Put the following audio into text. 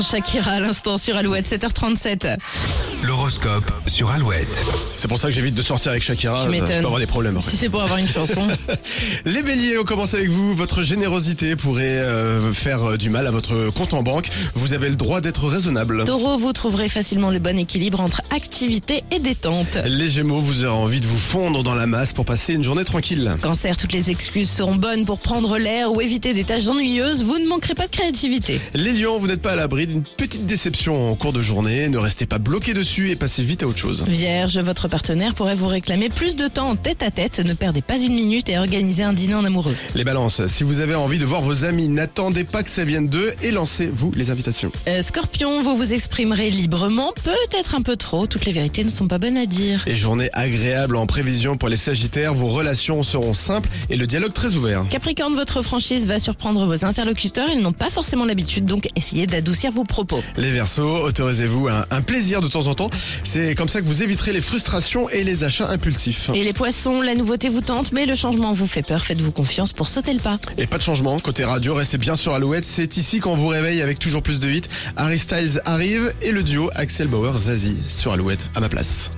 Shakira à l'instant sur Alouette, Ah, 7h37. L'horoscope sur Alouette. C'est pour ça que j'évite de sortir avec Shakira. euh, Tu Je m'étonnes. peux avoir des problèmes. Si c'est pour avoir une chanson. Les béliers, on commence avec vous. Votre générosité pourrait euh, faire euh, du mal à votre compte en banque. Vous avez le droit d'être raisonnable. Taureau, vous trouverez facilement le bon équilibre entre activité et détente. Les gémeaux, vous aurez envie de vous fondre dans la masse pour passer une journée tranquille. Cancer, toutes les excuses seront bonnes pour prendre l'air ou éviter des tâches ennuyeuses. Vous ne manquerez pas de créativité. Les lions, vous n'êtes pas à l'abri d'une petite déception en cours de journée. Ne restez pas bloqué dessus et passez vite à autre chose. Vierge, votre partenaire pourrait vous réclamer plus de temps en tête à tête. Ne perdez pas une minute et organisez un dîner en amoureux. Les balances, si vous avez envie de voir vos amis, n'attendez pas que ça vienne d'eux et lancez-vous les invitations. Euh, scorpion, vous vous exprimerez librement, peut-être un peu trop. Toutes les vérités ne sont pas bonnes à dire. Et journée agréable en prévision pour les sagittaires. Vos relations seront simples et le dialogue très ouvert. Capricorne, votre franchise va surprendre vos interlocuteurs, ils n'ont pas forcément l'habitude, donc essayez d'adoucir vos propos. Les Verseaux, autorisez-vous un, un plaisir de temps en temps. C'est comme ça que vous éviterez les frustrations et les achats impulsifs. Et les poissons, la nouveauté vous tente, mais le changement vous fait peur, faites-vous confiance pour sauter le pas. Et pas de changement, côté radio, restez bien sur Alouette. C'est ici qu'on vous réveille avec toujours plus de hits. Harry Styles arrive et le duo Axel Bauer-Zazie sur Alouette à ma place.